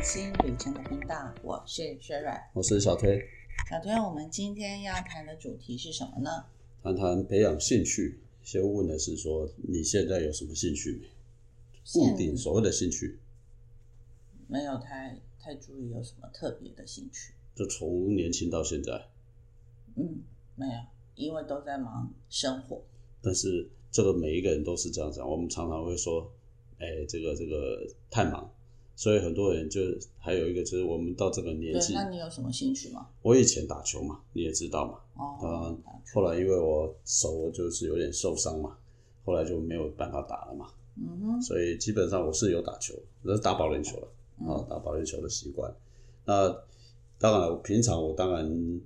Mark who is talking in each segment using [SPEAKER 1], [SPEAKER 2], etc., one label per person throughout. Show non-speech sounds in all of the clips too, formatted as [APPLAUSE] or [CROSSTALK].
[SPEAKER 1] 晨的频道，我是雪软。
[SPEAKER 2] 我是小推，
[SPEAKER 1] 小推，我们今天要谈的主题是什么呢？
[SPEAKER 2] 谈谈培养兴趣。先问的是说你现在有什么兴趣没？固定所谓的兴趣，
[SPEAKER 1] 没有太太注意有什么特别的兴趣。
[SPEAKER 2] 就从年轻到现在，
[SPEAKER 1] 嗯，没有，因为都在忙生活。
[SPEAKER 2] 但是这个每一个人都是这样子啊。我们常常会说，哎，这个这个太忙，所以很多人就还有一个就是我们到这个年
[SPEAKER 1] 对，
[SPEAKER 2] 纪，
[SPEAKER 1] 那你有什么兴趣吗？
[SPEAKER 2] 我以前打球嘛，你也知道嘛，
[SPEAKER 1] 哦
[SPEAKER 2] 嗯，
[SPEAKER 1] 打球
[SPEAKER 2] 后来因为我手就是有点受伤嘛，后来就没有办法打了嘛，
[SPEAKER 1] 嗯哼，
[SPEAKER 2] 所以基本上我是有打球，那是打保龄球了
[SPEAKER 1] 嗯
[SPEAKER 2] 啊，打保龄球的习惯。那当然，我平常我当然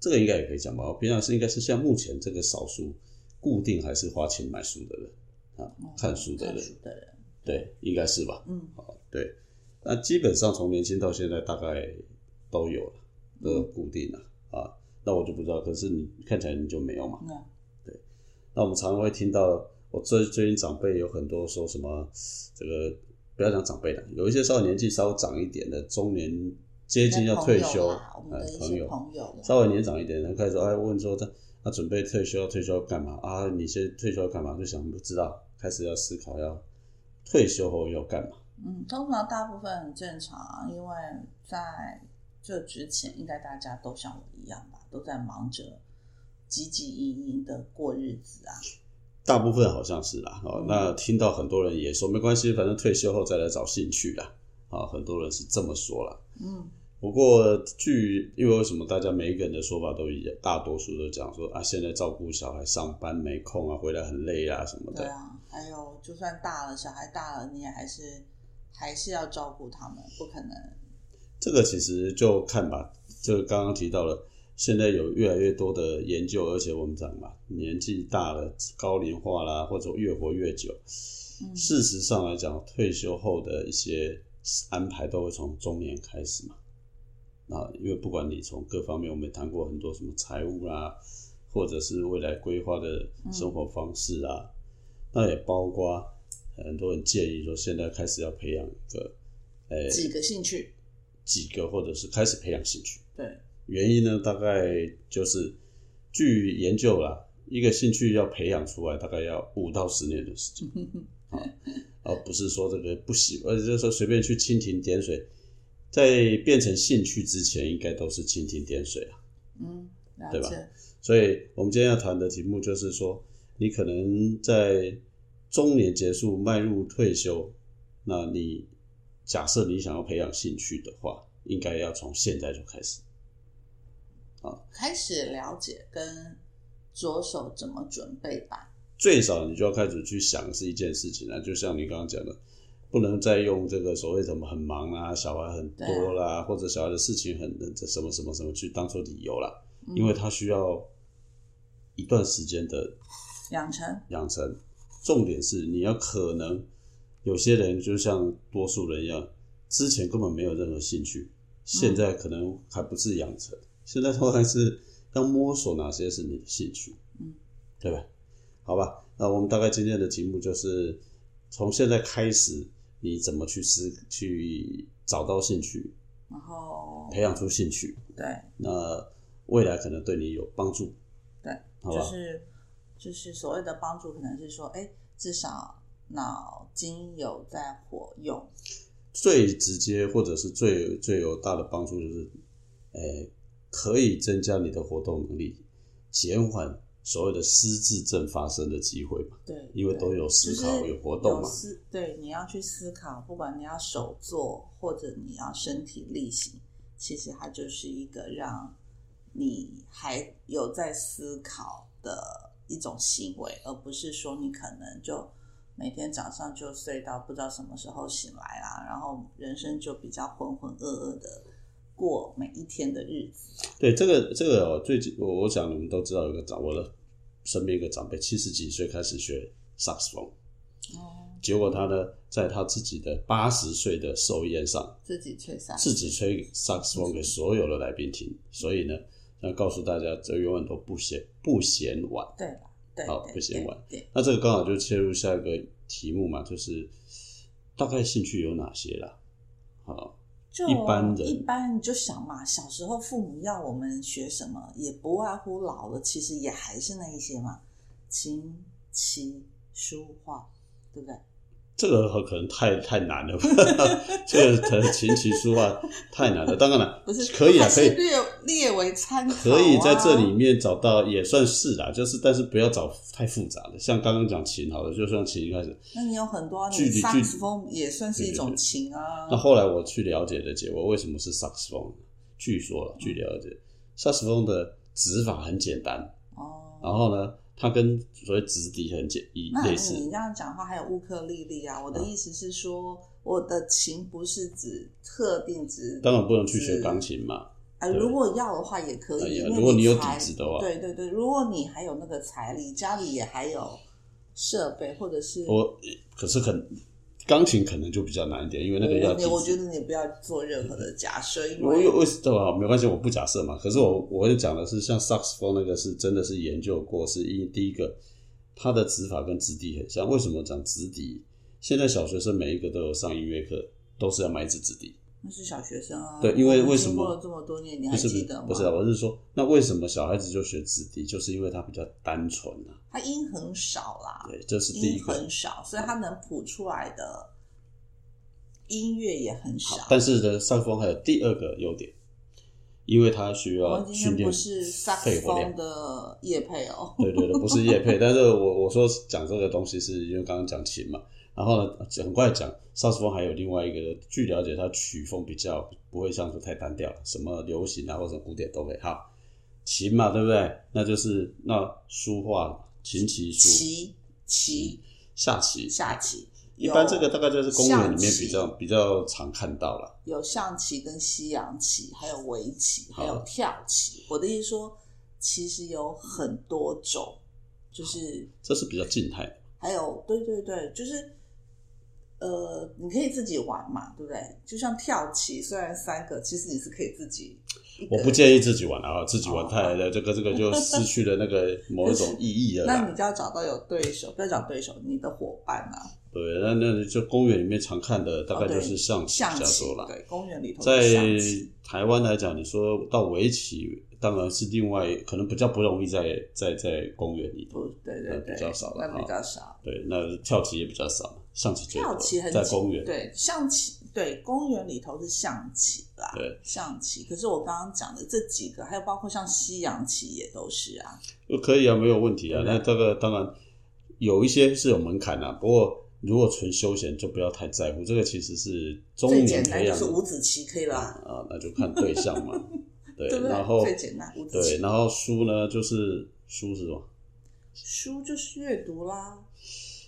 [SPEAKER 2] 这个应该也可以讲吧，我平常是应该是像目前这个少数固定还是花钱买书的人啊
[SPEAKER 1] 哦，
[SPEAKER 2] 看书的
[SPEAKER 1] 看
[SPEAKER 2] 人
[SPEAKER 1] 书，的人，
[SPEAKER 2] 对，应该是吧？
[SPEAKER 1] 嗯，
[SPEAKER 2] 啊，对，那基本上从年轻到现在大概都有了，都有固定了啊。那我就不知道，可是你看起来你就没有嘛？
[SPEAKER 1] 那
[SPEAKER 2] 那我们常常会听到，我最最近长辈有很多说什么，这个不要讲长辈了，有一些稍微年纪稍微长一点的中年接近要退休，哎
[SPEAKER 1] 那朋友啦我们的一些朋友啦，
[SPEAKER 2] 稍微年长一点的开始哎问说他他准备退休，退休要干嘛啊？你先退休要干嘛？就想不知道，开始要思考要退休后要干嘛。
[SPEAKER 1] 嗯，通常大部分很正常啊，因为在这之前，应该大家都像我一样吧，都在忙着汲汲营营的过日子啊。
[SPEAKER 2] 大部分好像是啦，哦
[SPEAKER 1] 嗯，
[SPEAKER 2] 那听到很多人也说没关系，反正退休后再来找兴趣啦，啊，很多人是这么说啦。
[SPEAKER 1] 嗯
[SPEAKER 2] 不过据因为为什么大家每一个人的说法都一样，大多数都讲说啊，现在照顾小孩上班没空啊，回来很累啊什么，
[SPEAKER 1] 对
[SPEAKER 2] 的。
[SPEAKER 1] 啊，还有就算大了，小孩大了，你也还是还是要照顾他们，不可能。
[SPEAKER 2] 这个其实就看吧，就刚刚提到了，现在有越来越多的研究，而且我们讲嘛，年纪大了，高龄化啦，或者越活越久，
[SPEAKER 1] 嗯
[SPEAKER 2] 事实上来讲，退休后的一些安排都会从中年开始嘛。那因为不管你从各方面，我们也谈过很多什么财务啦，或者是未来规划的生活方式啊，那也包括很多人建议说，现在开始要培养一个，呃，
[SPEAKER 1] 几个兴趣，
[SPEAKER 2] 几个或者是开始培养兴趣。
[SPEAKER 1] 对，
[SPEAKER 2] 原因呢，大概就是据研究啦，一个兴趣要培养出来，大概要五到十年的时间。而不是说这个不喜，而是说随便去蜻蜓点水，在变成兴趣之前，应该都是蜻蜓点水啊。
[SPEAKER 1] 嗯，了
[SPEAKER 2] 对吧
[SPEAKER 1] 解，
[SPEAKER 2] 所以我们今天要谈的题目就是说，你可能在中年结束，迈入退休，那你假设你想要培养兴趣的话，应该要从现在就开始。
[SPEAKER 1] 开始了解跟着手怎么准备吧。嗯
[SPEAKER 2] 最少你就要开始去想是一件事情啊，就像你刚刚讲的，不能再用这个所谓什么很忙啊、小孩很多啦，或者小孩的事情很这什么什么什么去当做理由啦，
[SPEAKER 1] 嗯
[SPEAKER 2] 因为它需要一段时间的
[SPEAKER 1] 养成，
[SPEAKER 2] 养成。重点是你要可能有些人就像多数人一样，之前根本没有任何兴趣，现在可能还不是养成，现在都还是要摸索哪些是你的兴趣，
[SPEAKER 1] 嗯，
[SPEAKER 2] 对吧？好吧，那我们大概今天的题目就是从现在开始，你怎么去思去找到兴趣，
[SPEAKER 1] 然后
[SPEAKER 2] 培养出兴趣，
[SPEAKER 1] 对。
[SPEAKER 2] 那未来可能对你有帮助，
[SPEAKER 1] 对，
[SPEAKER 2] 好
[SPEAKER 1] 就
[SPEAKER 2] 吧
[SPEAKER 1] 是就是所谓的帮助，可能是说，哎，至少脑筋有在活用，
[SPEAKER 2] 最直接或者是最最有大的帮助就是，诶，可以增加你的活动能力，减缓所有的失智症发生的机会嘛。
[SPEAKER 1] 对，
[SPEAKER 2] 因为都有思考
[SPEAKER 1] 对
[SPEAKER 2] 有活动嘛
[SPEAKER 1] 就是有思对，你要去思考，不管你要手做或者你要身体力行，其实它就是一个让你还有在思考的一种行为，而不是说你可能就。每天早上就睡到不知道什么时候醒来啦、然后人生就比较浑浑噩噩的过每一天的日子。
[SPEAKER 2] 对，这个这个哦，最近我我想你们都知道有个长我的身边一个长辈七十几岁开始学萨克斯风，
[SPEAKER 1] 哦，
[SPEAKER 2] 结果他呢在他自己的八十岁的寿宴上
[SPEAKER 1] 自己吹散，
[SPEAKER 2] 自己吹萨克斯风给所有的来宾听，所以呢，要告诉大家这永远都不嫌不嫌晚。
[SPEAKER 1] 对啦，对，
[SPEAKER 2] 好
[SPEAKER 1] 对
[SPEAKER 2] 不嫌晚，
[SPEAKER 1] 对对，
[SPEAKER 2] 那这个刚好就切入下一个题目嘛，就是大概兴趣有哪些啦？好，
[SPEAKER 1] 就
[SPEAKER 2] 一般人
[SPEAKER 1] 一般你就想嘛，小时候父母要我们学什么，也不外乎老了，其实也还是那一些嘛，琴棋书画，对不对？
[SPEAKER 2] 这个可能太太难了吧？ [LAUGHS] 这个可能琴棋书画太难了。当然了，
[SPEAKER 1] 不是
[SPEAKER 2] 可以
[SPEAKER 1] 还
[SPEAKER 2] 啊，可
[SPEAKER 1] 是
[SPEAKER 2] 以
[SPEAKER 1] 略列为参考、啊，
[SPEAKER 2] 可以在这里面找到也算是啦、就是但是不要找太复杂的，像刚刚讲琴好了，就像琴一开始，
[SPEAKER 1] 那你有很多、啊，
[SPEAKER 2] 距
[SPEAKER 1] 你
[SPEAKER 2] 离距
[SPEAKER 1] 萨克斯风也算是一种琴啊
[SPEAKER 2] 那。后来我去了解的结果，为什么是萨克斯风？据说啦据了解，萨克斯风的指法很简单，然
[SPEAKER 1] 哦，
[SPEAKER 2] 后呢，它跟所谓直笛很简一
[SPEAKER 1] 那
[SPEAKER 2] 类
[SPEAKER 1] 你
[SPEAKER 2] 似
[SPEAKER 1] 这样讲话还有乌克丽丽啊？我的
[SPEAKER 2] 嗯
[SPEAKER 1] 意思是说，我的琴不是指特定指，
[SPEAKER 2] 当然不能去学钢。琴嘛，
[SPEAKER 1] 哎，
[SPEAKER 2] 对
[SPEAKER 1] 如果要的话也可
[SPEAKER 2] 哎
[SPEAKER 1] 以，
[SPEAKER 2] 呀
[SPEAKER 1] 因为
[SPEAKER 2] 如果你有
[SPEAKER 1] 财
[SPEAKER 2] 底子的话
[SPEAKER 1] 对对对，如果你还有那个财力，家里也还有设备，或者是
[SPEAKER 2] 我可是很钢琴可能就比较难一点，因为那个要底
[SPEAKER 1] 你我觉
[SPEAKER 2] 子。
[SPEAKER 1] 得你不要做任何的假设，因
[SPEAKER 2] 我有
[SPEAKER 1] 为
[SPEAKER 2] 为什么没关系，我不假设嘛。可是我我会讲的是，像萨克斯风那个是真的是研究过，是因第一个它的指法跟直笛很像。为什么讲直笛？现在小学生每一个都有上音乐课，都是要买一支直笛。
[SPEAKER 1] 那是小学生啊。
[SPEAKER 2] 对因为
[SPEAKER 1] 我们
[SPEAKER 2] 为什
[SPEAKER 1] 经
[SPEAKER 2] 么
[SPEAKER 1] 过了这么多年，你
[SPEAKER 2] 不
[SPEAKER 1] 还
[SPEAKER 2] 是不
[SPEAKER 1] 记
[SPEAKER 2] 是
[SPEAKER 1] 得吗？
[SPEAKER 2] 不是啊，我是说，那为什么小孩子就学直笛？就是因为它比较单纯啊。
[SPEAKER 1] 它音很少啦，
[SPEAKER 2] 对，这是第一
[SPEAKER 1] 音
[SPEAKER 2] 个。
[SPEAKER 1] 很少，所以它能谱出来的音乐也很少
[SPEAKER 2] 好，。但是呢，萨克斯风还有第二个优点，因为它需
[SPEAKER 1] 我
[SPEAKER 2] 要
[SPEAKER 1] 们今
[SPEAKER 2] 训
[SPEAKER 1] 天
[SPEAKER 2] 练
[SPEAKER 1] 不是萨克
[SPEAKER 2] 肺
[SPEAKER 1] 斯
[SPEAKER 2] 活量
[SPEAKER 1] 风。的夜配哦，
[SPEAKER 2] 对对对，不是叶配，但是我我说讲这个东西是因为刚刚讲琴嘛，然后呢，很快讲萨克斯风还有另外一个，据了解它曲风比较不会像是太单调，什么流行啊或者古典都会好，琴嘛对不对？那就是那书画琴棋书嗯
[SPEAKER 1] 棋棋
[SPEAKER 2] 下棋，
[SPEAKER 1] 下棋，
[SPEAKER 2] 嗯一
[SPEAKER 1] 有
[SPEAKER 2] 般这个大概就是公园里面比较
[SPEAKER 1] 象
[SPEAKER 2] 比较常看到了。
[SPEAKER 1] 有象棋跟西洋棋，还有围棋，
[SPEAKER 2] 好
[SPEAKER 1] 还有跳棋。我的意思说，其实有很多种，就是
[SPEAKER 2] 这是比较静态的，
[SPEAKER 1] 还有对对对，就是呃，你可以自己玩嘛，对不对？就像跳棋，虽然三个，其实你是可以自己一个
[SPEAKER 2] 我
[SPEAKER 1] 人。
[SPEAKER 2] 不建议自己玩啊，自己玩
[SPEAKER 1] 哦
[SPEAKER 2] 太累，这个这
[SPEAKER 1] [LAUGHS]
[SPEAKER 2] 个就失去了那个某一种意义了啦。
[SPEAKER 1] 那你就要找到有对手，不要找对手，你的伙伴啊，哦
[SPEAKER 2] 对，那那就公园里面常看的大概就是象棋
[SPEAKER 1] 象
[SPEAKER 2] 比较
[SPEAKER 1] 棋
[SPEAKER 2] 多啦。
[SPEAKER 1] 对，公园里头
[SPEAKER 2] 在
[SPEAKER 1] 的象棋
[SPEAKER 2] 台湾来讲，你说到围棋，当然是另外可能比较不容易在在在公园里头。
[SPEAKER 1] 不，对对
[SPEAKER 2] 呃
[SPEAKER 1] 对，
[SPEAKER 2] 比较少了
[SPEAKER 1] 那比较少。
[SPEAKER 2] 对，那跳棋也比较少，象棋最多。
[SPEAKER 1] 跳棋很
[SPEAKER 2] 在
[SPEAKER 1] 紧
[SPEAKER 2] 公园，
[SPEAKER 1] 对象棋，对公园里头是象棋啦，
[SPEAKER 2] 对
[SPEAKER 1] 象棋。可是我刚刚讲的这几个，还有包括像西洋棋也都是啊，
[SPEAKER 2] 呃可以啊，没有问题啊。
[SPEAKER 1] 对
[SPEAKER 2] 那这个当然有一些是有门槛啊，不过如果纯休闲就不要太在乎，这个其实是中
[SPEAKER 1] 最
[SPEAKER 2] 年
[SPEAKER 1] 简单
[SPEAKER 2] 培
[SPEAKER 1] 就
[SPEAKER 2] 养
[SPEAKER 1] 是
[SPEAKER 2] 的
[SPEAKER 1] 五子棋可以啦，
[SPEAKER 2] 啊，那就看对象
[SPEAKER 1] [LAUGHS]
[SPEAKER 2] 嘛。对，
[SPEAKER 1] 对不对
[SPEAKER 2] 然后
[SPEAKER 1] 最简单五子棋
[SPEAKER 2] 对，然后书呢就是书是什么？
[SPEAKER 1] 书就是阅读啦，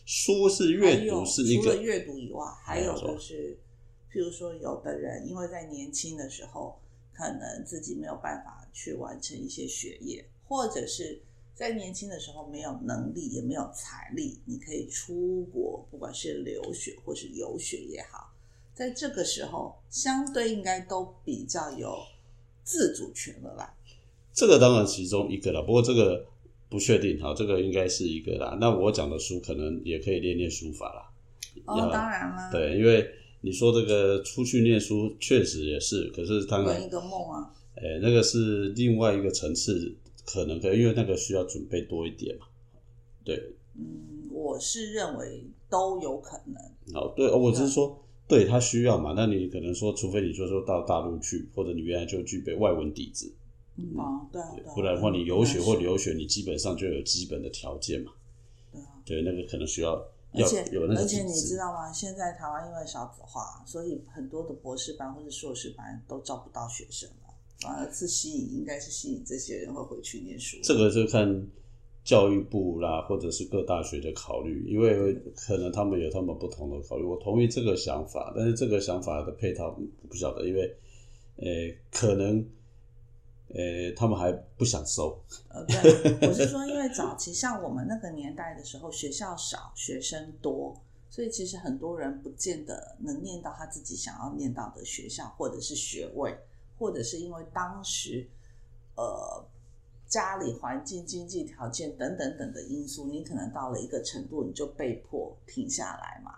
[SPEAKER 2] 书是
[SPEAKER 1] 还
[SPEAKER 2] 阅
[SPEAKER 1] 有
[SPEAKER 2] 读是一
[SPEAKER 1] 除
[SPEAKER 2] 个哎
[SPEAKER 1] 了阅读以外，还
[SPEAKER 2] 有
[SPEAKER 1] 有
[SPEAKER 2] 什
[SPEAKER 1] 就
[SPEAKER 2] 么
[SPEAKER 1] 是，譬如说，有的人因为在年轻的时候，可能自己没有办法去完成一些学业，或者是在年轻的时候没有能力，也没有财力，你可以出国，不管是留学或是游学也好，在这个时候，相对应该都比较有自主权了啦。
[SPEAKER 2] 这个当然其中一个了，不过这个不确定哈，这个应该是一个啦。那我讲的书可能也可以练练书法啦。
[SPEAKER 1] 哦，当然啦，，
[SPEAKER 2] 对，因为你说这个出去念书确实也是，可是当然
[SPEAKER 1] 圆一，个梦啊，
[SPEAKER 2] 呃，那个是另外一个层次，可能可以因为那个需要准备多一点嘛。对，
[SPEAKER 1] 嗯，我是认为都有可能。
[SPEAKER 2] 好，对，哦我
[SPEAKER 1] 啊
[SPEAKER 2] 只是说。对他需要嘛？那你可能说，除非你就说到大陆去，或者你原来就具备外文底子，
[SPEAKER 1] 嗯啊，对啊，对啊
[SPEAKER 2] 不然的话，你游学或，
[SPEAKER 1] 嗯
[SPEAKER 2] 留学，你基本上就有基本的条件嘛。
[SPEAKER 1] 对啊
[SPEAKER 2] 对，那个可能需要
[SPEAKER 1] 而
[SPEAKER 2] 要
[SPEAKER 1] 且
[SPEAKER 2] 有那个
[SPEAKER 1] 而
[SPEAKER 2] 体
[SPEAKER 1] 且你知
[SPEAKER 2] 质。
[SPEAKER 1] 道吗？现在台湾因为少子化，所以很多的博士班或者硕士班都招不到学生了，反而是吸引，应该是吸引这些人会回去念书。
[SPEAKER 2] 这个就看教育部啦，或者是各大学的考虑，因为可能他们有他们不同的考虑。我同意这个想法，但是这个想法的配套我不晓得，因为呃，可能呃，他们还不想收。
[SPEAKER 1] 呃，对，我是说，因为早期像我们那个年代的时候，学校少，学生多，所以其实很多人不见得能念到他自己想要念到的学校，或者是学位，或者是因为当时呃家里环境、经济条件等等等的因素，你可能到了一个程度，你就被迫停下来嘛。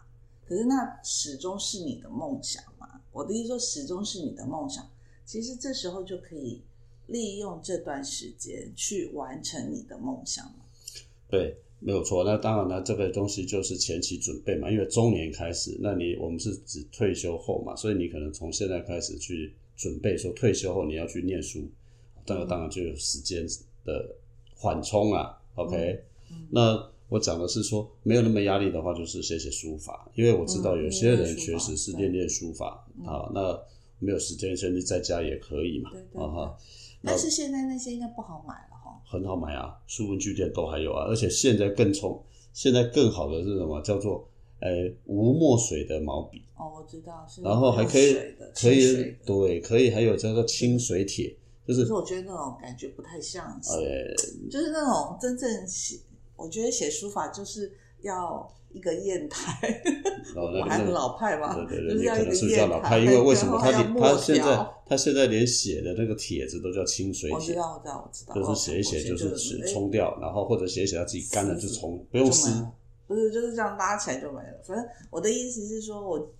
[SPEAKER 1] 可是那始终是你的梦想嘛，我的意思说，始终是你的梦想。其实这时候就可以利用这段时间去完成你的梦想嘛。
[SPEAKER 2] 对，没有错。那当然了，这个东西就是前期准备嘛，因为中年开始，那你我们是指退休后嘛，所以你可能从现在开始去准备，说退休后你要去念书，这个当然就有时间的缓冲啊。OK，、
[SPEAKER 1] 嗯
[SPEAKER 2] 那我讲的是说没有那么压力的话，就是写写书法，因为我知道有些人确实是练练书法
[SPEAKER 1] 嗯
[SPEAKER 2] 啊，那没有时间甚至在家也可以嘛
[SPEAKER 1] 对对
[SPEAKER 2] 啊哈。
[SPEAKER 1] 对。但是现在那些应该不好买了哈。
[SPEAKER 2] 很好买啊，书文具店都还有啊，而且现在更冲，现在更好的是什么？叫做呃无墨水的毛笔，
[SPEAKER 1] 哦，我知道是。
[SPEAKER 2] 然后还可以
[SPEAKER 1] 水的，
[SPEAKER 2] 可
[SPEAKER 1] 清水
[SPEAKER 2] 以
[SPEAKER 1] 的
[SPEAKER 2] 对，可以还有叫做清水帖，就
[SPEAKER 1] 可
[SPEAKER 2] 是
[SPEAKER 1] 是我觉得那种感觉不太像，
[SPEAKER 2] 呃
[SPEAKER 1] 就是那种真正写，我觉得写书法就是要一个砚台，
[SPEAKER 2] 哦那个
[SPEAKER 1] [LAUGHS] 我还
[SPEAKER 2] 那
[SPEAKER 1] 很
[SPEAKER 2] 个
[SPEAKER 1] 老派嘛，
[SPEAKER 2] 对对
[SPEAKER 1] [LAUGHS] 就
[SPEAKER 2] 对，
[SPEAKER 1] 是要一个
[SPEAKER 2] 你可能是比
[SPEAKER 1] 砚
[SPEAKER 2] 较老
[SPEAKER 1] 台，
[SPEAKER 2] 派，因为为什么
[SPEAKER 1] 然后还
[SPEAKER 2] 他
[SPEAKER 1] 要
[SPEAKER 2] 连
[SPEAKER 1] 墨
[SPEAKER 2] 他现在
[SPEAKER 1] 条
[SPEAKER 2] 他现在连写的那个帖子都叫清水
[SPEAKER 1] 我知
[SPEAKER 2] 帖，
[SPEAKER 1] 道，我知道，我知道，
[SPEAKER 2] 就
[SPEAKER 1] 我
[SPEAKER 2] 是写一写
[SPEAKER 1] 我
[SPEAKER 2] 就是纸
[SPEAKER 1] 哎
[SPEAKER 2] 冲掉，然后或者写一写他自己干了就
[SPEAKER 1] 撕
[SPEAKER 2] 冲，不用
[SPEAKER 1] 就
[SPEAKER 2] 撕
[SPEAKER 1] 没，了，不是就是这样拉起来就没了。反正我的意思是说，我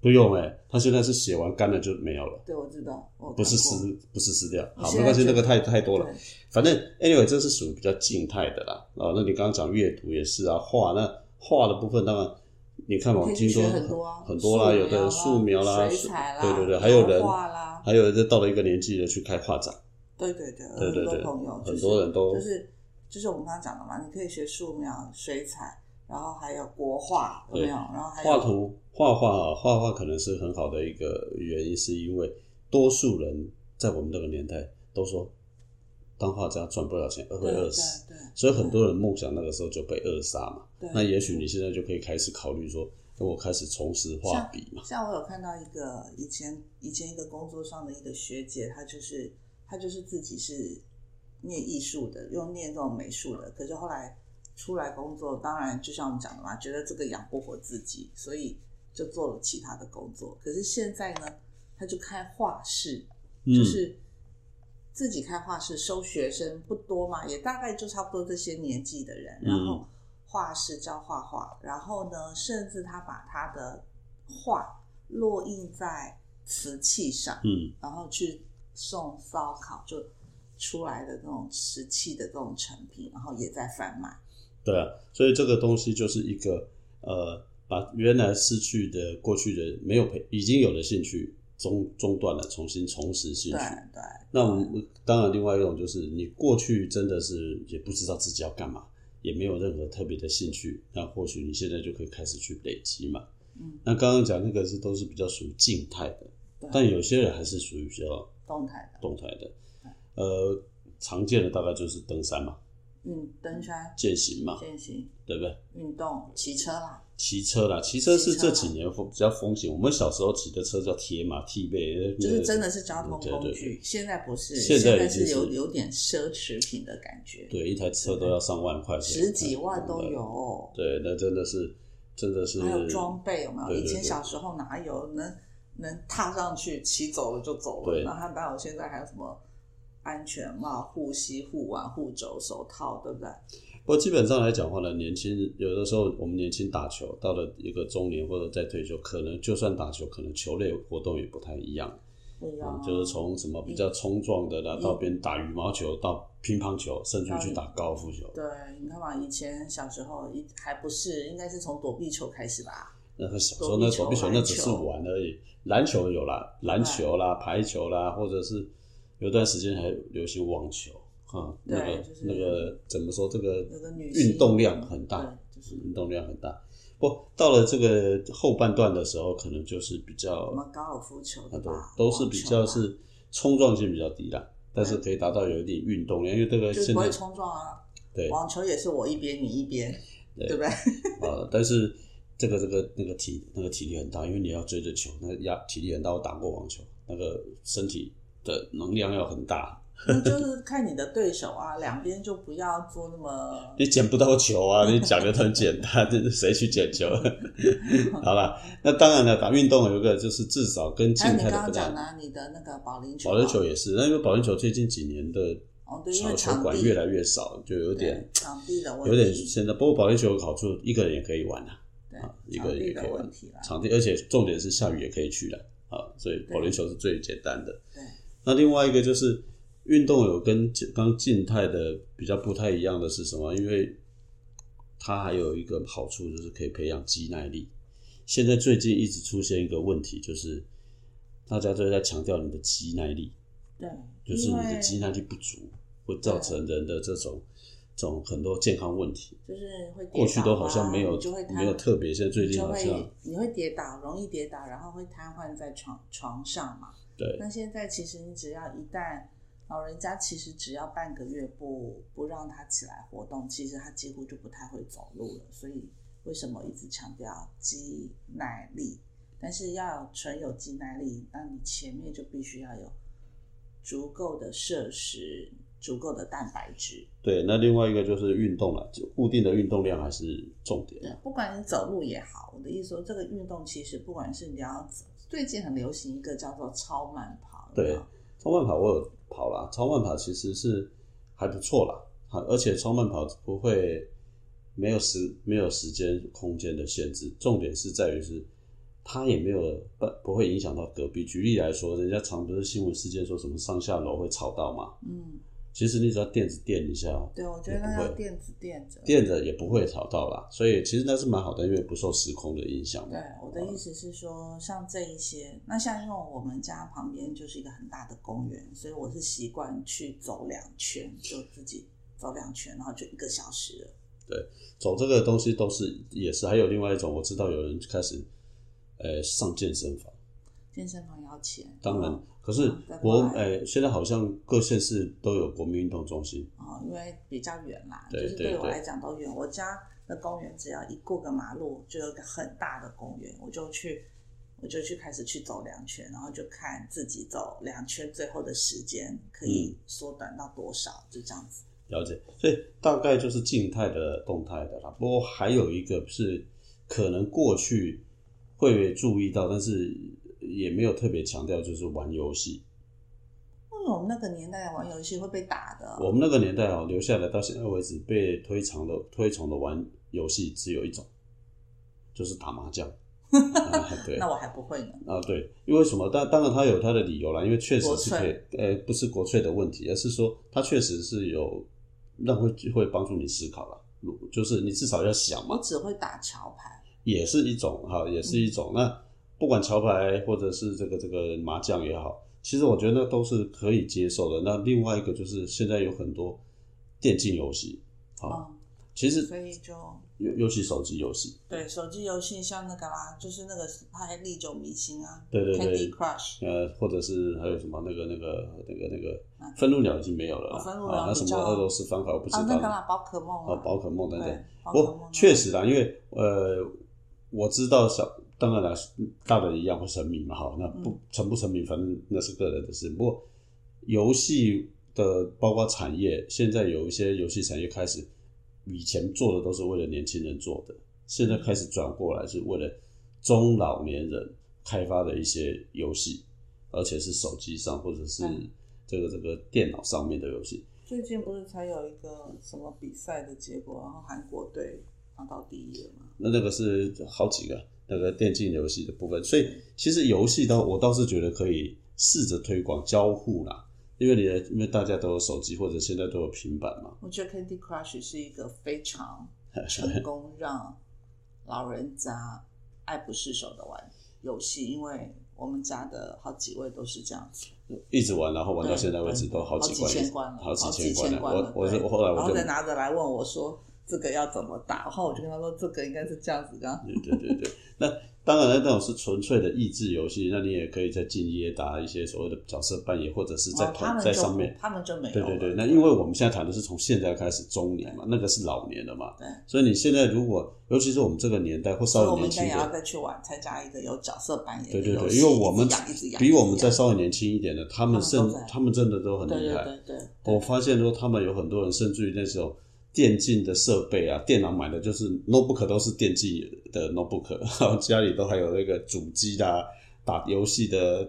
[SPEAKER 2] 不用哎、他现在是写完干了就没有了。
[SPEAKER 1] 对我知道，我
[SPEAKER 2] 不是
[SPEAKER 1] 看过
[SPEAKER 2] 撕，不是撕掉，
[SPEAKER 1] 你
[SPEAKER 2] 好，
[SPEAKER 1] 现
[SPEAKER 2] 没
[SPEAKER 1] 在
[SPEAKER 2] 关系，
[SPEAKER 1] 就
[SPEAKER 2] 那个太太多了。
[SPEAKER 1] 对
[SPEAKER 2] 反正 anyway，这是属于比较静态的啦。啊，那你刚刚讲阅读也是啊，画那画的部分当然，你看嘛，我
[SPEAKER 1] 你可
[SPEAKER 2] 哦听
[SPEAKER 1] 以去
[SPEAKER 2] 说
[SPEAKER 1] 学很多啊
[SPEAKER 2] 很多啦，
[SPEAKER 1] 素描啦
[SPEAKER 2] 有的人素描啦，
[SPEAKER 1] 水彩啦
[SPEAKER 2] 对对对，还有人
[SPEAKER 1] 油画啦
[SPEAKER 2] 还有人就到了一个年纪了去开画展，
[SPEAKER 1] 对对对，
[SPEAKER 2] 对对
[SPEAKER 1] 很
[SPEAKER 2] 对
[SPEAKER 1] 多朋友、就是、
[SPEAKER 2] 很多人都
[SPEAKER 1] 就是就是我们刚刚讲的嘛，你可以学素描、水彩，然后还有国画，有
[SPEAKER 2] 对
[SPEAKER 1] 没有？然后还有
[SPEAKER 2] 画图、画画啊，画画可能是很好的一个原因，是因为多数人在我们这个年代都说，当画家赚不了钱，
[SPEAKER 1] 对
[SPEAKER 2] 会
[SPEAKER 1] 对
[SPEAKER 2] 饿
[SPEAKER 1] 对
[SPEAKER 2] 死，，所以很多人梦想那个时候就被扼杀嘛。
[SPEAKER 1] 对
[SPEAKER 2] 那也许你现在就可以开始考虑说，诶我开始重拾画笔嘛。
[SPEAKER 1] 像我有看到一个以前以前一个工作上的一个学姐，她就是她就是自己是念艺术的，又念这种美术的，可是后来出来工作，当然就像我们讲的嘛，觉得这个养不活自己，所以就做了其他的工作。可是现在呢，她就开画室，
[SPEAKER 2] 嗯
[SPEAKER 1] 就是自己开画室收学生不多嘛，也大概就差不多这些年纪的人，
[SPEAKER 2] 嗯
[SPEAKER 1] 然后画室教画画，然后呢，甚至他把他的画落印在瓷器上，
[SPEAKER 2] 嗯，
[SPEAKER 1] 然后去送烧烤就出来的那种瓷器的这种成品，然后也在贩卖。
[SPEAKER 2] 对啊，所以这个东西就是一个呃，把原来失去的、过去的没有培已经有的兴趣中中断了，重新重拾兴
[SPEAKER 1] 对
[SPEAKER 2] 趣。
[SPEAKER 1] 对，
[SPEAKER 2] 那我们当然另外一种就是你过去真的是也不知道自己要干嘛，也没有任何特别的兴趣，那或许你现在就可以开始去累积嘛。
[SPEAKER 1] 嗯，
[SPEAKER 2] 那刚刚讲那个是都是比较属于静态的，
[SPEAKER 1] 对
[SPEAKER 2] 但有些人还是属于比较
[SPEAKER 1] 动态的，
[SPEAKER 2] 动态的。呃，常见的大概就是登山嘛、
[SPEAKER 1] 嗯，登山、
[SPEAKER 2] 健行嘛，
[SPEAKER 1] 健行、
[SPEAKER 2] 对不对？
[SPEAKER 1] 运动、骑车啦，
[SPEAKER 2] 骑车啦，骑车是
[SPEAKER 1] 骑车
[SPEAKER 2] 这
[SPEAKER 1] 啦
[SPEAKER 2] 几年风比较风行。我们小时候骑的车叫铁马、替背，
[SPEAKER 1] 就是真的是交通
[SPEAKER 2] 对
[SPEAKER 1] 工
[SPEAKER 2] 对
[SPEAKER 1] 具。
[SPEAKER 2] 对
[SPEAKER 1] 现在不是，
[SPEAKER 2] 现
[SPEAKER 1] 现
[SPEAKER 2] 在已经
[SPEAKER 1] 是有
[SPEAKER 2] 是
[SPEAKER 1] 有点奢侈品的感觉，
[SPEAKER 2] 对，一台车都要上万块钱，
[SPEAKER 1] 十几万都有。
[SPEAKER 2] 对，那真的是，真的是
[SPEAKER 1] 还有装备有没有？
[SPEAKER 2] 对对
[SPEAKER 1] 以
[SPEAKER 2] 对
[SPEAKER 1] 前小时候哪有能能踏上去骑走了就走了？
[SPEAKER 2] 对
[SPEAKER 1] 然后哪有现在还有什么安全帽、护膝、护腕、护肘、手套，对不对？
[SPEAKER 2] 不过基本上来讲的话呢，年轻有的时候我们年轻打球，到了一个中年或者再退休，可能就算打球，可能球类活动也不太一样。
[SPEAKER 1] 对
[SPEAKER 2] 嗯，就是从什么比较冲撞的啦，
[SPEAKER 1] 啊嗯
[SPEAKER 2] 到边打羽毛球，到乒乓球，甚至去打高尔夫球，
[SPEAKER 1] 对，你看嘛，以前小时候一还不是，应该是从躲避球开始吧？
[SPEAKER 2] 那个小时候那
[SPEAKER 1] 躲
[SPEAKER 2] 躲
[SPEAKER 1] 避
[SPEAKER 2] 避
[SPEAKER 1] 球
[SPEAKER 2] 球那只是玩而已。篮球有啦，篮球啦，排球啦，或者是有段时间还流行网球啊、那个
[SPEAKER 1] 对就是
[SPEAKER 2] 那个怎么说这个
[SPEAKER 1] 有个女性
[SPEAKER 2] 运动量很大，
[SPEAKER 1] 对，就是
[SPEAKER 2] 运动量很大。不，到了这个后半段的时候，可能就是比较
[SPEAKER 1] 什么高尔夫球
[SPEAKER 2] 啊
[SPEAKER 1] 的
[SPEAKER 2] 对
[SPEAKER 1] 吧，，
[SPEAKER 2] 都是比较
[SPEAKER 1] 网球啊，
[SPEAKER 2] 是冲撞性比较低啦，但是可以达到有一点运动量，因为这个
[SPEAKER 1] 就是
[SPEAKER 2] 现
[SPEAKER 1] 不
[SPEAKER 2] 在
[SPEAKER 1] 会冲撞啊。
[SPEAKER 2] 对
[SPEAKER 1] 网球也是我一边你一边，对不对？ [LAUGHS]
[SPEAKER 2] 呃，但是这个这个那个体那个体力很大，因为你要追着球，那压体力很大。我打过网球，那个身体的能量要很大，
[SPEAKER 1] 那就是看你的对手啊，两边就不要做那么
[SPEAKER 2] 你捡不到球啊，你讲的很简单， [LAUGHS] 这谁去捡球？ [LAUGHS] 好了，那当然了，打运动有一个就是至少跟静
[SPEAKER 1] 还有你刚
[SPEAKER 2] 态的
[SPEAKER 1] 刚
[SPEAKER 2] 不
[SPEAKER 1] 讲
[SPEAKER 2] 太。
[SPEAKER 1] 的啊你的那个保龄球，啊
[SPEAKER 2] 保龄球也是，那因为保龄球最近几年的
[SPEAKER 1] 哦，对，因
[SPEAKER 2] 小
[SPEAKER 1] 为
[SPEAKER 2] 球
[SPEAKER 1] 场
[SPEAKER 2] 馆
[SPEAKER 1] 地
[SPEAKER 2] 越来越少，就有
[SPEAKER 1] 有
[SPEAKER 2] 点
[SPEAKER 1] 场地的问
[SPEAKER 2] 有点
[SPEAKER 1] 题，
[SPEAKER 2] 现在。不过保龄球有好处，一个人也可以玩啊，啊一
[SPEAKER 1] 对场地
[SPEAKER 2] 个人也可
[SPEAKER 1] 的
[SPEAKER 2] 以玩
[SPEAKER 1] 问题啦。
[SPEAKER 2] 场地，而且重点是下雨也可以去的。啊，所以保龄球是最简单的。
[SPEAKER 1] 对，
[SPEAKER 2] 那另外一个就是运动有跟静刚静态的比较不太一样的是什么？因为它还有一个好处就是可以培养肌耐力。现在最近一直出现一个问题，就是大家都在强调你的肌耐力，
[SPEAKER 1] 对，
[SPEAKER 2] 就是
[SPEAKER 1] 因
[SPEAKER 2] 你
[SPEAKER 1] 为
[SPEAKER 2] 的肌耐力不足会造成人的这种这种很多健康问题。
[SPEAKER 1] 就是会跌倒啊
[SPEAKER 2] 过去都好像没有
[SPEAKER 1] 你就会瘫
[SPEAKER 2] 没有特别，现在最
[SPEAKER 1] 你
[SPEAKER 2] 近
[SPEAKER 1] 就
[SPEAKER 2] 好像
[SPEAKER 1] 会你会跌倒，容易跌倒，然后会瘫痪在床床上嘛。
[SPEAKER 2] 对
[SPEAKER 1] 那现在其实你只要一旦老人家其实只要半个月不不让他起来活动，其实他几乎就不太会走路了。所以为什么一直强调肌耐力？但是要纯有肌耐力，那你前面就必须要有足够的摄食、足够的蛋白质。
[SPEAKER 2] 对。那另外一个就是运动了，就固定的运动量还是重点
[SPEAKER 1] 对。，不管你走路也好，我的意思说，这个运动其实不管是你要走，最近很流行一个叫做超慢跑，
[SPEAKER 2] 对
[SPEAKER 1] 有没有
[SPEAKER 2] 超慢跑我有跑啦，超慢跑其实是还不错啦，好，而且超慢跑不会没有时没有时间空间的限制，重点是在于是它也没有不不会影响到隔壁。举例来说，人家常不是新闻事件说什么上下楼会吵到嘛，
[SPEAKER 1] 嗯，
[SPEAKER 2] 其实你只要垫子垫一下哦，
[SPEAKER 1] 对，我觉得
[SPEAKER 2] 也不
[SPEAKER 1] 那
[SPEAKER 2] 会
[SPEAKER 1] 要垫子垫着。
[SPEAKER 2] 垫着也不会吵到啦，所以其实那是蛮好的，因为不受时空的影响嘛。
[SPEAKER 1] 对，我的意思是说，像这一些，那像因为我们家旁边就是一个很大的公园，所以我是习惯去走两圈，就自己走两圈，然后就一个小时了。
[SPEAKER 2] 走这个东西都是也是，还有另外一种，我知道有人开始呃上健身房。
[SPEAKER 1] 健身房要钱，
[SPEAKER 2] 当然
[SPEAKER 1] 嗯，
[SPEAKER 2] 可是
[SPEAKER 1] 再
[SPEAKER 2] 国
[SPEAKER 1] 过来
[SPEAKER 2] 诶、现在好像各县市都有国民运动中心，
[SPEAKER 1] 哦，因为比较远啦，
[SPEAKER 2] 对
[SPEAKER 1] 就是
[SPEAKER 2] 对
[SPEAKER 1] 对我
[SPEAKER 2] 对
[SPEAKER 1] 来讲都远。我家的公园只要一过个马路，就有一个很大的公园，我就去，我就去开始去走两圈，然后就看自己走两圈最后的时间可以
[SPEAKER 2] 嗯
[SPEAKER 1] 缩短到多少，就这样子。
[SPEAKER 2] 了解。所以大概就是静态的、动态的啦。不过还有一个是可能过去会注意到，但是也没有特别强调，就是玩游戏。
[SPEAKER 1] 因为我们那个年代玩游戏会被打的，
[SPEAKER 2] 我们那个年代哦、留下来到现在为止被推崇的推崇的玩游戏只有一种，就是打麻将。啊对，
[SPEAKER 1] 那我还不会呢。
[SPEAKER 2] 啊，对，因为什么？当当然，它有它的理由啦，因为确实
[SPEAKER 1] 国
[SPEAKER 2] 是
[SPEAKER 1] 粹
[SPEAKER 2] 可以，呃，不是国粹的问题，而是说它确实是有让会会帮助你思考啦，如就是你至少要想
[SPEAKER 1] 我
[SPEAKER 2] 嘛，
[SPEAKER 1] 只会打桥牌，
[SPEAKER 2] 也是一种哈，也是一种。那不管桥牌或者是这个这个麻将也好，其实我觉得都是可以接受的。那另外一个就是现在有很多电竞游戏，好，
[SPEAKER 1] 嗯，
[SPEAKER 2] 其实
[SPEAKER 1] 所以就
[SPEAKER 2] 尤尤其手机游戏，
[SPEAKER 1] 对手机游戏像那个啦，就是那个它还历久弥新啊
[SPEAKER 2] 对对
[SPEAKER 1] ，Candy
[SPEAKER 2] 对，
[SPEAKER 1] Crush，
[SPEAKER 2] 呃，或者是还有什么那个那个那个那个
[SPEAKER 1] 哪个
[SPEAKER 2] 分路鸟已经没有了啦，
[SPEAKER 1] 哦分路鸟
[SPEAKER 2] 啊，那什
[SPEAKER 1] 比
[SPEAKER 2] 么
[SPEAKER 1] 较
[SPEAKER 2] 俄罗斯方块我不知
[SPEAKER 1] 啊，
[SPEAKER 2] 道，
[SPEAKER 1] 那个啦，宝可梦
[SPEAKER 2] 哦
[SPEAKER 1] 啊，
[SPEAKER 2] 宝可梦等等
[SPEAKER 1] 对，，宝可梦
[SPEAKER 2] 我
[SPEAKER 1] 啊
[SPEAKER 2] 确实啦，因为呃，我知道小当然啦，大人一样会沉迷嘛，哈，那不
[SPEAKER 1] 嗯
[SPEAKER 2] 沉不沉迷，反正那是个人的事。不过游戏的包括产业，现在有一些游戏产业开始，以前做的都是为了年轻人做的，现在开始转过来是为了中老年人开发的一些游戏，而且是手机上或者是
[SPEAKER 1] 嗯
[SPEAKER 2] 这个这个电脑上面的游戏。
[SPEAKER 1] 最近不是才有一个什么比赛的结果，然后韩国队拿到第一了嘛？
[SPEAKER 2] 那那个是好几个那个电竞游戏的部分，所以其实游戏倒我倒是觉得可以试着推广交互啦，因为你的因为大家都有手机或者现在都有平板嘛，
[SPEAKER 1] 我觉得 Candy Crush 是一个非
[SPEAKER 2] [LAUGHS]
[SPEAKER 1] 常成功让老人家爱不释手的玩游戏，因为我们家的好几位都是这样子，
[SPEAKER 2] 一直玩，然后玩到
[SPEAKER 1] 对
[SPEAKER 2] 现在为止
[SPEAKER 1] 对
[SPEAKER 2] 都好
[SPEAKER 1] 几
[SPEAKER 2] 几关，
[SPEAKER 1] 千关了，
[SPEAKER 2] 好
[SPEAKER 1] 几
[SPEAKER 2] 千
[SPEAKER 1] 千
[SPEAKER 2] 了。
[SPEAKER 1] 关了
[SPEAKER 2] 我我是
[SPEAKER 1] 对
[SPEAKER 2] 后来
[SPEAKER 1] 然
[SPEAKER 2] 我
[SPEAKER 1] 后
[SPEAKER 2] 就
[SPEAKER 1] 再拿着来问我说这个要怎么打，然后我就跟他说这个应该是这样子的，
[SPEAKER 2] 对 [LAUGHS] 对对对，那当然了，那种是纯粹的益智游戏，那你也可以在进阶打一些所谓的角色扮演，或者是在
[SPEAKER 1] 然后哦
[SPEAKER 2] 团、
[SPEAKER 1] 他们
[SPEAKER 2] 在
[SPEAKER 1] 就
[SPEAKER 2] 上面
[SPEAKER 1] 不。他们就没有
[SPEAKER 2] 对
[SPEAKER 1] 了，
[SPEAKER 2] 对对，那因为我们现在谈的是从现在开始中年嘛，那个是老年了嘛，
[SPEAKER 1] 对。
[SPEAKER 2] 所以你现在如果，尤其是我们这个年代或
[SPEAKER 1] 所以
[SPEAKER 2] 稍
[SPEAKER 1] 我
[SPEAKER 2] 微
[SPEAKER 1] 们
[SPEAKER 2] 年
[SPEAKER 1] 应该
[SPEAKER 2] 轻一
[SPEAKER 1] 也要
[SPEAKER 2] 点，
[SPEAKER 1] 再去玩，参加一个有角色扮演的
[SPEAKER 2] 对对
[SPEAKER 1] 游
[SPEAKER 2] 对，
[SPEAKER 1] 戏
[SPEAKER 2] 因为我
[SPEAKER 1] 一直
[SPEAKER 2] 们
[SPEAKER 1] 养一直养
[SPEAKER 2] 比我们再
[SPEAKER 1] 一直养
[SPEAKER 2] 稍微年轻一点的，他们
[SPEAKER 1] 他
[SPEAKER 2] 甚
[SPEAKER 1] 们都在
[SPEAKER 2] 他们真的都很厉害。
[SPEAKER 1] 对对对对，
[SPEAKER 2] 我发现说他们有很多人，甚至于那种电竞的设备啊，电脑买的就是 notebook 都是电竞的 notebook，然后家里都还有那个主机啦、打游戏的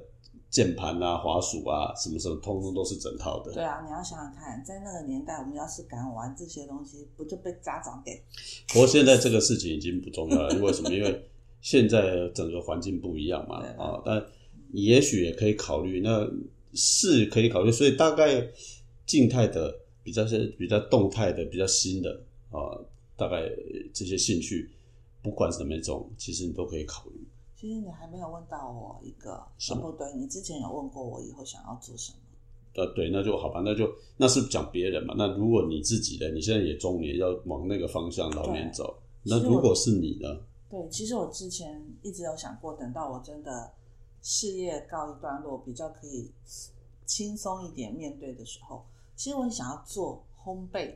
[SPEAKER 2] 键盘啊、滑鼠啊，什么什么，通通都是整套的。
[SPEAKER 1] 对啊，你要想想看，在那个年代，我们要是敢玩这些东西，不就被家长给
[SPEAKER 2] 不过现在这个事情已经不重要了，因为什么？因为现在整个环境不一样嘛
[SPEAKER 1] 对，
[SPEAKER 2] 啊，但也许也可以考虑，那是可以考虑，所以大概静态的比较是比较动态的比较新的啊、大概这些兴趣，不管是哪一种，其实你都可以考虑。
[SPEAKER 1] 其实你还没有问到我一个，
[SPEAKER 2] 什
[SPEAKER 1] 啊
[SPEAKER 2] 么
[SPEAKER 1] 不对，你之前有问过我以后想要做什么。
[SPEAKER 2] 呃，对，那就好吧，那就那是讲别人嘛。那如果你自己的，你现在也中年，要往那个方向老年走，
[SPEAKER 1] 对
[SPEAKER 2] 那如果是你呢？
[SPEAKER 1] 对，其实我之前一直有想过，等到我真的事业告一段落，比较可以轻松一点面对的时候，其实我很想要做烘焙的。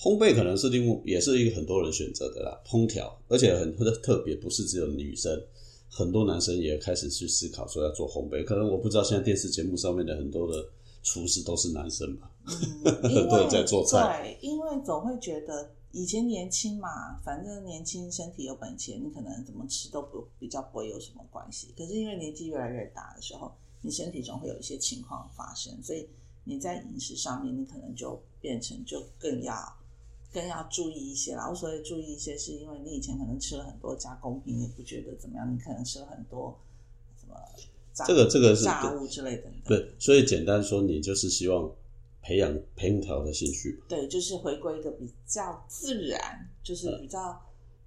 [SPEAKER 2] 烘焙可能是另外也是一个很多人选择的啦，烹调，而且很特特别，不是只有女生，很多男生也开始去思考说要做烘焙。可能我不知道现在电视节目上面的很多的厨师都是男生吧， [LAUGHS]
[SPEAKER 1] 嗯，
[SPEAKER 2] 很
[SPEAKER 1] 因
[SPEAKER 2] 多人
[SPEAKER 1] 为
[SPEAKER 2] 在做菜
[SPEAKER 1] 对，因为总会觉得以前年轻嘛，反正年轻身体有本钱，你可能怎么吃都不比较不会有什么关系。可是因为年纪越来越大的时候，你身体总会有一些情况发生，所以你在饮食上面，你可能就变成就更要更要注意一些啦。我所谓注意一些，是因为你以前可能吃了很多加工品，也不觉得怎么样，你可能吃了很多什么炸
[SPEAKER 2] 这个这个是
[SPEAKER 1] 炸物之类的。
[SPEAKER 2] 对，所以简单说，你就是希望培养烹调的兴趣嘛。
[SPEAKER 1] 对，就是回归一个比较自然，
[SPEAKER 2] 嗯
[SPEAKER 1] 就是比较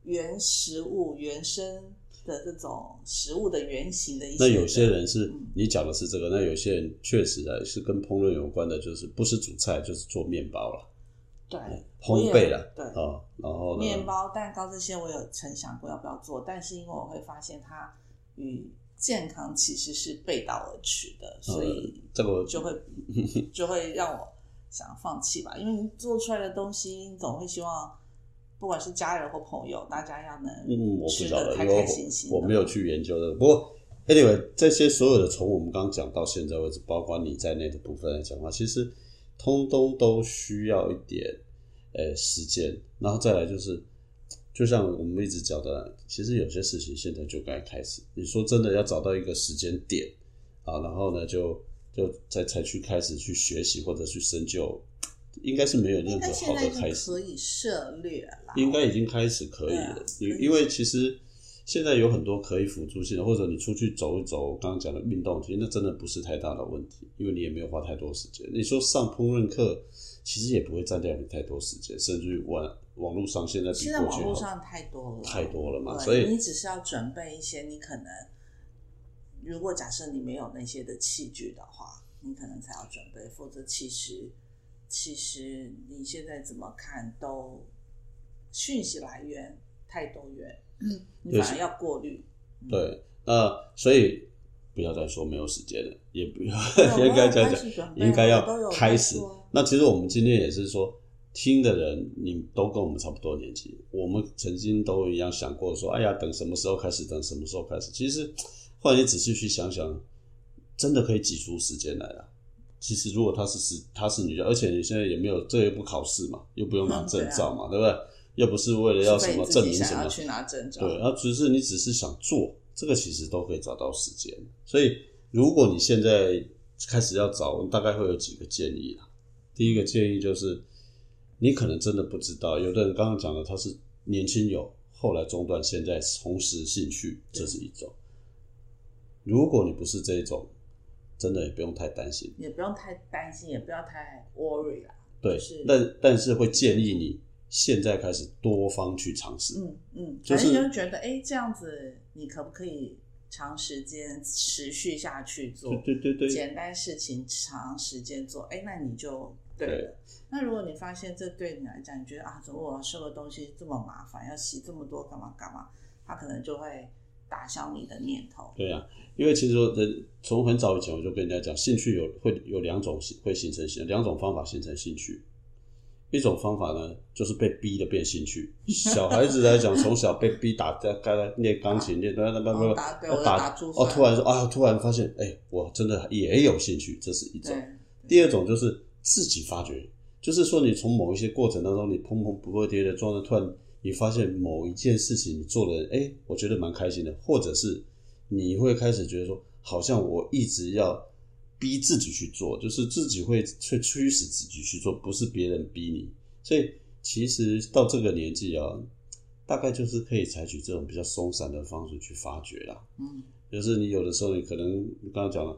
[SPEAKER 1] 原食物、原生的这种食物的原型的一些的。
[SPEAKER 2] 那有些人是
[SPEAKER 1] 嗯
[SPEAKER 2] 你讲的是这个，那有些人确实啊是跟烹饪有关的，就是不是煮菜就是做面包了，
[SPEAKER 1] 对我
[SPEAKER 2] 嗯烘
[SPEAKER 1] 也
[SPEAKER 2] 焙啦，
[SPEAKER 1] 对
[SPEAKER 2] 啊、然后呢，
[SPEAKER 1] 面包、蛋糕这些，我有曾想过要不要做，但是因为我会发现它与健康其实是背道而驰的，
[SPEAKER 2] 嗯
[SPEAKER 1] 所以
[SPEAKER 2] 这个
[SPEAKER 1] 就
[SPEAKER 2] [LAUGHS]
[SPEAKER 1] 会就会让我想放弃吧。因为你做出来的东西，你总会希望不管是家人或朋友，大家要能
[SPEAKER 2] 嗯，我不
[SPEAKER 1] 吃
[SPEAKER 2] 知道
[SPEAKER 1] 的
[SPEAKER 2] 了，
[SPEAKER 1] 开
[SPEAKER 2] 因为
[SPEAKER 1] 开心心的
[SPEAKER 2] 我我没有去研究这个。不过，anyway，这些所有的从我们刚刚讲到现在为止，包括你在内的部分来讲的话，其实通通都需要一点呃时间，然后再来就是，就像我们一直讲的，其实有些事情现在就该开始。你说真的要找到一个时间点啊，然后呢就就再才去开始去学习或者去深究，应该是没有任
[SPEAKER 1] 应
[SPEAKER 2] 何
[SPEAKER 1] 该
[SPEAKER 2] 好
[SPEAKER 1] 现
[SPEAKER 2] 的
[SPEAKER 1] 在
[SPEAKER 2] 开
[SPEAKER 1] 是
[SPEAKER 2] 始。
[SPEAKER 1] 可以涉略啦。
[SPEAKER 2] 应该已经开始可以了
[SPEAKER 1] 对啊，
[SPEAKER 2] 因、
[SPEAKER 1] 可以
[SPEAKER 2] 因为其实现在有很多可以辅助性的，或者你出去走一走，刚刚讲的运动，其实那真的不是太大的问题，因为你也没有花太多时间。你说上烹饪课，其实也不会占掉你太多时间，甚至于网网络上现在比
[SPEAKER 1] 现在
[SPEAKER 2] 过
[SPEAKER 1] 网
[SPEAKER 2] 去
[SPEAKER 1] 络
[SPEAKER 2] 好，
[SPEAKER 1] 上太多了，
[SPEAKER 2] 太多了嘛
[SPEAKER 1] 对
[SPEAKER 2] 所以
[SPEAKER 1] 你只是要准备一些，你可能如果假设你没有那些的器具的话，你可能才要准备，否则其实其实你现在怎么看都讯息来源太多元，嗯，你
[SPEAKER 2] 有
[SPEAKER 1] 反而
[SPEAKER 2] 些
[SPEAKER 1] 要过滤。嗯，
[SPEAKER 2] 对，那所以不要再说没有时间了，也
[SPEAKER 1] [LAUGHS]
[SPEAKER 2] 不要
[SPEAKER 1] 没有
[SPEAKER 2] [LAUGHS] [LAUGHS] 应该这
[SPEAKER 1] 我有开
[SPEAKER 2] 样讲
[SPEAKER 1] 始准，备
[SPEAKER 2] 应该
[SPEAKER 1] 哦我都
[SPEAKER 2] 要
[SPEAKER 1] 有
[SPEAKER 2] 开
[SPEAKER 1] 在
[SPEAKER 2] 始
[SPEAKER 1] 做。
[SPEAKER 2] 那其实我们今天也是说，听的人你都跟我们差不多年纪，我们曾经都一样想过说，哎呀，等什么时候开始，等什么时候开始。其实后来你仔细去想想，真的可以挤出时间来了。其实如果她是是她是女的，而且你现在也没有，这又不考试嘛，又不用拿
[SPEAKER 1] 嗯
[SPEAKER 2] 证
[SPEAKER 1] 对啊
[SPEAKER 2] 照嘛，对不对？又不是为了要
[SPEAKER 1] 除
[SPEAKER 2] 什
[SPEAKER 1] 非
[SPEAKER 2] 么
[SPEAKER 1] 你自
[SPEAKER 2] 证
[SPEAKER 1] 己
[SPEAKER 2] 明什
[SPEAKER 1] 想
[SPEAKER 2] 么
[SPEAKER 1] 要，去拿证照，
[SPEAKER 2] 对，啊然后只是你只是想做，这个其实都可以找到时间。所以，如果你现在开始要找，我们大概会有几个建议啦。第一个建议就是，你可能真的不知道，有的人刚刚讲的他是年轻有，后来中断，现在重拾兴趣，这是一种。如果你不是这一种，真的也不用太担心。
[SPEAKER 1] 也不用太担心，也不要太 worry 啦。
[SPEAKER 2] 对
[SPEAKER 1] 是，
[SPEAKER 2] 但但是会建议你现在开始多方去尝试。
[SPEAKER 1] 嗯，嗯，
[SPEAKER 2] 就
[SPEAKER 1] 反
[SPEAKER 2] 是
[SPEAKER 1] 正就是觉得，哎、这样子你可不可以长时间持续下去做？
[SPEAKER 2] 对对对对，
[SPEAKER 1] 简单事情长时间做，哎、那你就对了。那如果你发现这对你来讲，你觉得啊，怎么我要收个东西这么麻烦，要洗这么多干嘛干嘛，他可能就会打消你的念头。
[SPEAKER 2] 对呀、啊因为其实说人从很早以前我就跟人家讲，兴趣有会有两种形会形成兴两种方法形成兴趣，一种方法呢就是被逼的变兴趣。小孩子来讲，从小被逼打在该练钢琴练那那那
[SPEAKER 1] 哦
[SPEAKER 2] 那
[SPEAKER 1] 打对
[SPEAKER 2] 哦
[SPEAKER 1] 我
[SPEAKER 2] 打
[SPEAKER 1] 打珠
[SPEAKER 2] 哦，
[SPEAKER 1] 算
[SPEAKER 2] 突然说啊，突然发现哎，我真的也有兴趣，这是一种。
[SPEAKER 1] 对，
[SPEAKER 2] 第二种就是自己发掘，就是说你从某一些过程当中，你碰碰不会跌的撞的，突然你发现某一件事情你做了，哎、我觉得蛮开心的，或者是你会开始觉得说，好像我一直要逼自己去做，就是自己会去驱使自己去做，不是别人逼你。所以其实到这个年纪啊，大概就是可以采取这种比较松散的方式去发掘啦。
[SPEAKER 1] 嗯，
[SPEAKER 2] 就是你有的时候你可能刚刚讲了，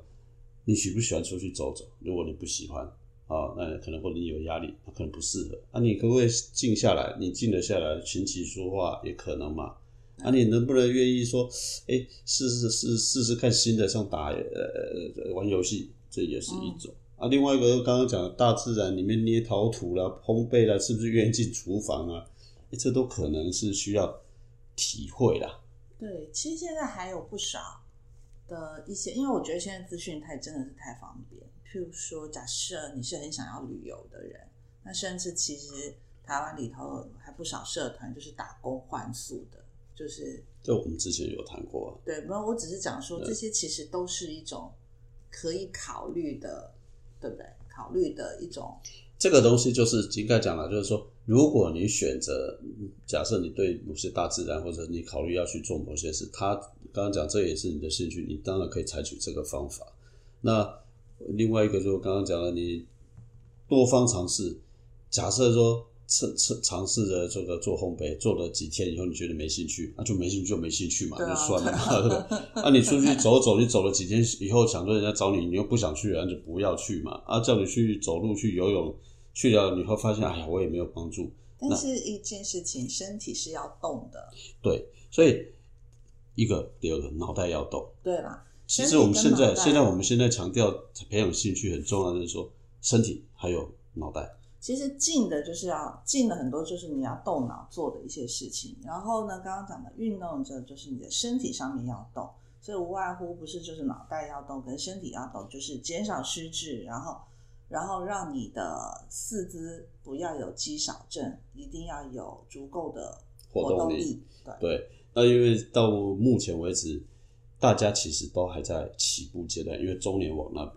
[SPEAKER 2] 你喜不喜欢出去走走？如果你不喜欢啊，那可能或者你有压力，那可能不适合。啊，你可不可以静下来？你静得下来，琴棋书画也可能嘛。啊，你能不能愿意说，哎、试试试试试看新的，像打呃呃玩游戏，这也是一种。啊，另外一个刚刚讲的大自然里面捏陶土啦、烘焙啦，是不是愿意进厨房啊？诶这都可能是需要体会啦。
[SPEAKER 1] 对，其实现在还有不少的一些，因为我觉得现在资讯太真的是太方便。譬如说，假设你是很想要旅游的人，那甚至其实台湾里头还不少社团就是打工换宿的，就是
[SPEAKER 2] 这我们之前有谈过啊。
[SPEAKER 1] 对，没有，我只是讲说这些其实都是一种可以考虑的，对不对？考虑的一种，
[SPEAKER 2] 这个东西就是应该讲了，就是说，如果你选择，嗯假设你对某些大自然，或者你考虑要去做某些事，他刚刚讲这也是你的兴趣，你当然可以采取这个方法。那另外一个就是刚刚讲的，你多方尝试。假设说尝尝尝试着这个做烘焙，做了几天以后，你觉得没兴趣，那、就没兴趣就没兴趣嘛，
[SPEAKER 1] 对啊
[SPEAKER 2] 就算了嘛，对不
[SPEAKER 1] [LAUGHS]
[SPEAKER 2] 对？啊，你出去走走，你走了几天以后，想说人家找你，你又不想去，那就不要去嘛。啊，叫你去走路、去游泳，去了你会发现，哎呀，我也没有帮助。
[SPEAKER 1] 但是一件事情，身体是要动的，
[SPEAKER 2] 对，所以一个第二个脑袋要动。
[SPEAKER 1] 对啦。
[SPEAKER 2] 其实我们现在
[SPEAKER 1] 身体跟脑袋
[SPEAKER 2] 现在我们现在强调培养兴趣很重要，就是说身体还有脑袋。
[SPEAKER 1] 其实静的就是要静的很多，就是你要动脑做的一些事情。然后呢，刚刚讲的运动，这就是你的身体上面要动，所以无外乎不是就是脑袋要动，跟身体要动，就是减少失智，然后然后让你的四肢不要有肌少症，一定要有足够的
[SPEAKER 2] 活
[SPEAKER 1] 动
[SPEAKER 2] 动力
[SPEAKER 1] 对，
[SPEAKER 2] 对，那因为到目前为止，大家其实都还在起步阶段，因为中年往那边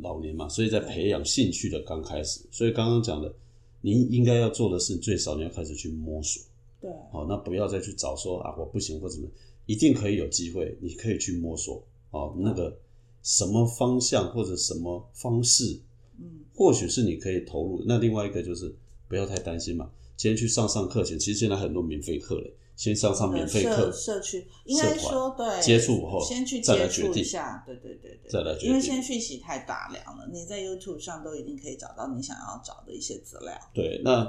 [SPEAKER 2] 老年嘛，所以在培养兴趣的刚开始。所以刚刚讲的，您应该要做的是，最少你要开始去摸索。
[SPEAKER 1] 对
[SPEAKER 2] 好、那不要再去找说啊，我不行或怎么，一定可以有机会，你可以去摸索哦，
[SPEAKER 1] 嗯
[SPEAKER 2] 那个什么方向或者什么方式，
[SPEAKER 1] 嗯，
[SPEAKER 2] 或许是你可以投入。那另外一个就是不要太担心嘛，今天去上上课前，其实现在很多免费课嘞，先上上免费
[SPEAKER 1] 呃社
[SPEAKER 2] 课，
[SPEAKER 1] 社区应该
[SPEAKER 2] 社团
[SPEAKER 1] 说对
[SPEAKER 2] 接触后
[SPEAKER 1] 先去
[SPEAKER 2] 再来
[SPEAKER 1] 接
[SPEAKER 2] 决
[SPEAKER 1] 触
[SPEAKER 2] 定
[SPEAKER 1] 一下，对对对对，
[SPEAKER 2] 再来决定
[SPEAKER 1] 因为现在讯息太大量了，你在 YouTube 上都一定可以找到你想要找的一些资料，
[SPEAKER 2] 对，那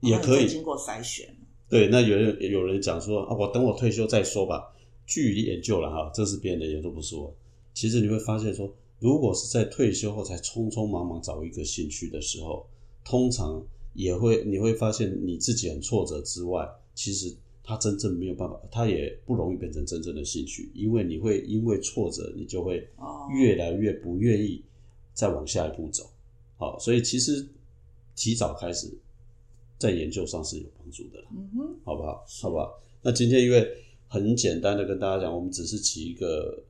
[SPEAKER 2] 也可
[SPEAKER 1] 哦然后你
[SPEAKER 2] 以
[SPEAKER 1] 再经过筛选，
[SPEAKER 2] 对，那有人有人讲说啊，我等我退休再说吧。据研究了哈，这是别人的研究，不是我。其实你会发现说，如果是在退休后才匆匆忙忙找一个兴趣的时候，通常也会你会发现你自己很挫折之外，其实他真正没有办法，他也不容易变成真正的兴趣，因为你会因为挫折，你就会
[SPEAKER 1] 哦
[SPEAKER 2] 越来越不愿意再往下一步走。好，所以其实提早开始，在研究上是有帮助的啦。
[SPEAKER 1] 嗯哼，
[SPEAKER 2] 好不好？好不好？那今天因为很简单的跟大家讲，我们只是起一个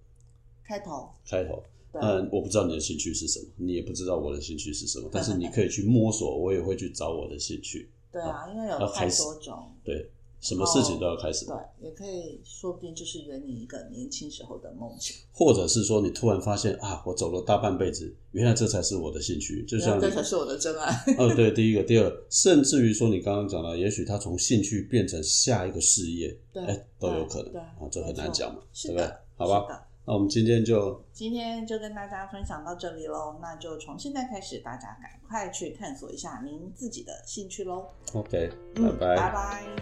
[SPEAKER 1] 开头
[SPEAKER 2] 开头。
[SPEAKER 1] 对
[SPEAKER 2] 嗯，我不知道你的兴趣是什么，你也不知道我的兴趣是什么，但是你可以去摸索，我也会去找我的兴趣。
[SPEAKER 1] 对啊，因为
[SPEAKER 2] 要
[SPEAKER 1] 有
[SPEAKER 2] 开
[SPEAKER 1] 太
[SPEAKER 2] 始
[SPEAKER 1] 多种，
[SPEAKER 2] 对，什么事情都要开始，
[SPEAKER 1] 对，也可以说不定就是圆你一个年轻时候的梦想，
[SPEAKER 2] 或者是说你突然发现啊，我走了大半辈子，原来这才是我的兴趣。就像
[SPEAKER 1] 这才是我的真爱，
[SPEAKER 2] 哦，对，第一个，第二，甚至于说你刚刚讲了，也许他从兴趣变成下一个事业，
[SPEAKER 1] 对
[SPEAKER 2] 哎，都有可能
[SPEAKER 1] 对
[SPEAKER 2] 啊，这很难讲嘛，
[SPEAKER 1] 是
[SPEAKER 2] 对不对
[SPEAKER 1] 的？，
[SPEAKER 2] 好
[SPEAKER 1] 是
[SPEAKER 2] 吧，
[SPEAKER 1] 的。
[SPEAKER 2] 那我们今天就
[SPEAKER 1] 今天就跟大家分享到这里喽，那就从现在开始，大家赶快去探索一下您自己的兴趣喽。
[SPEAKER 2] OK，
[SPEAKER 1] 嗯
[SPEAKER 2] 拜
[SPEAKER 1] 拜拜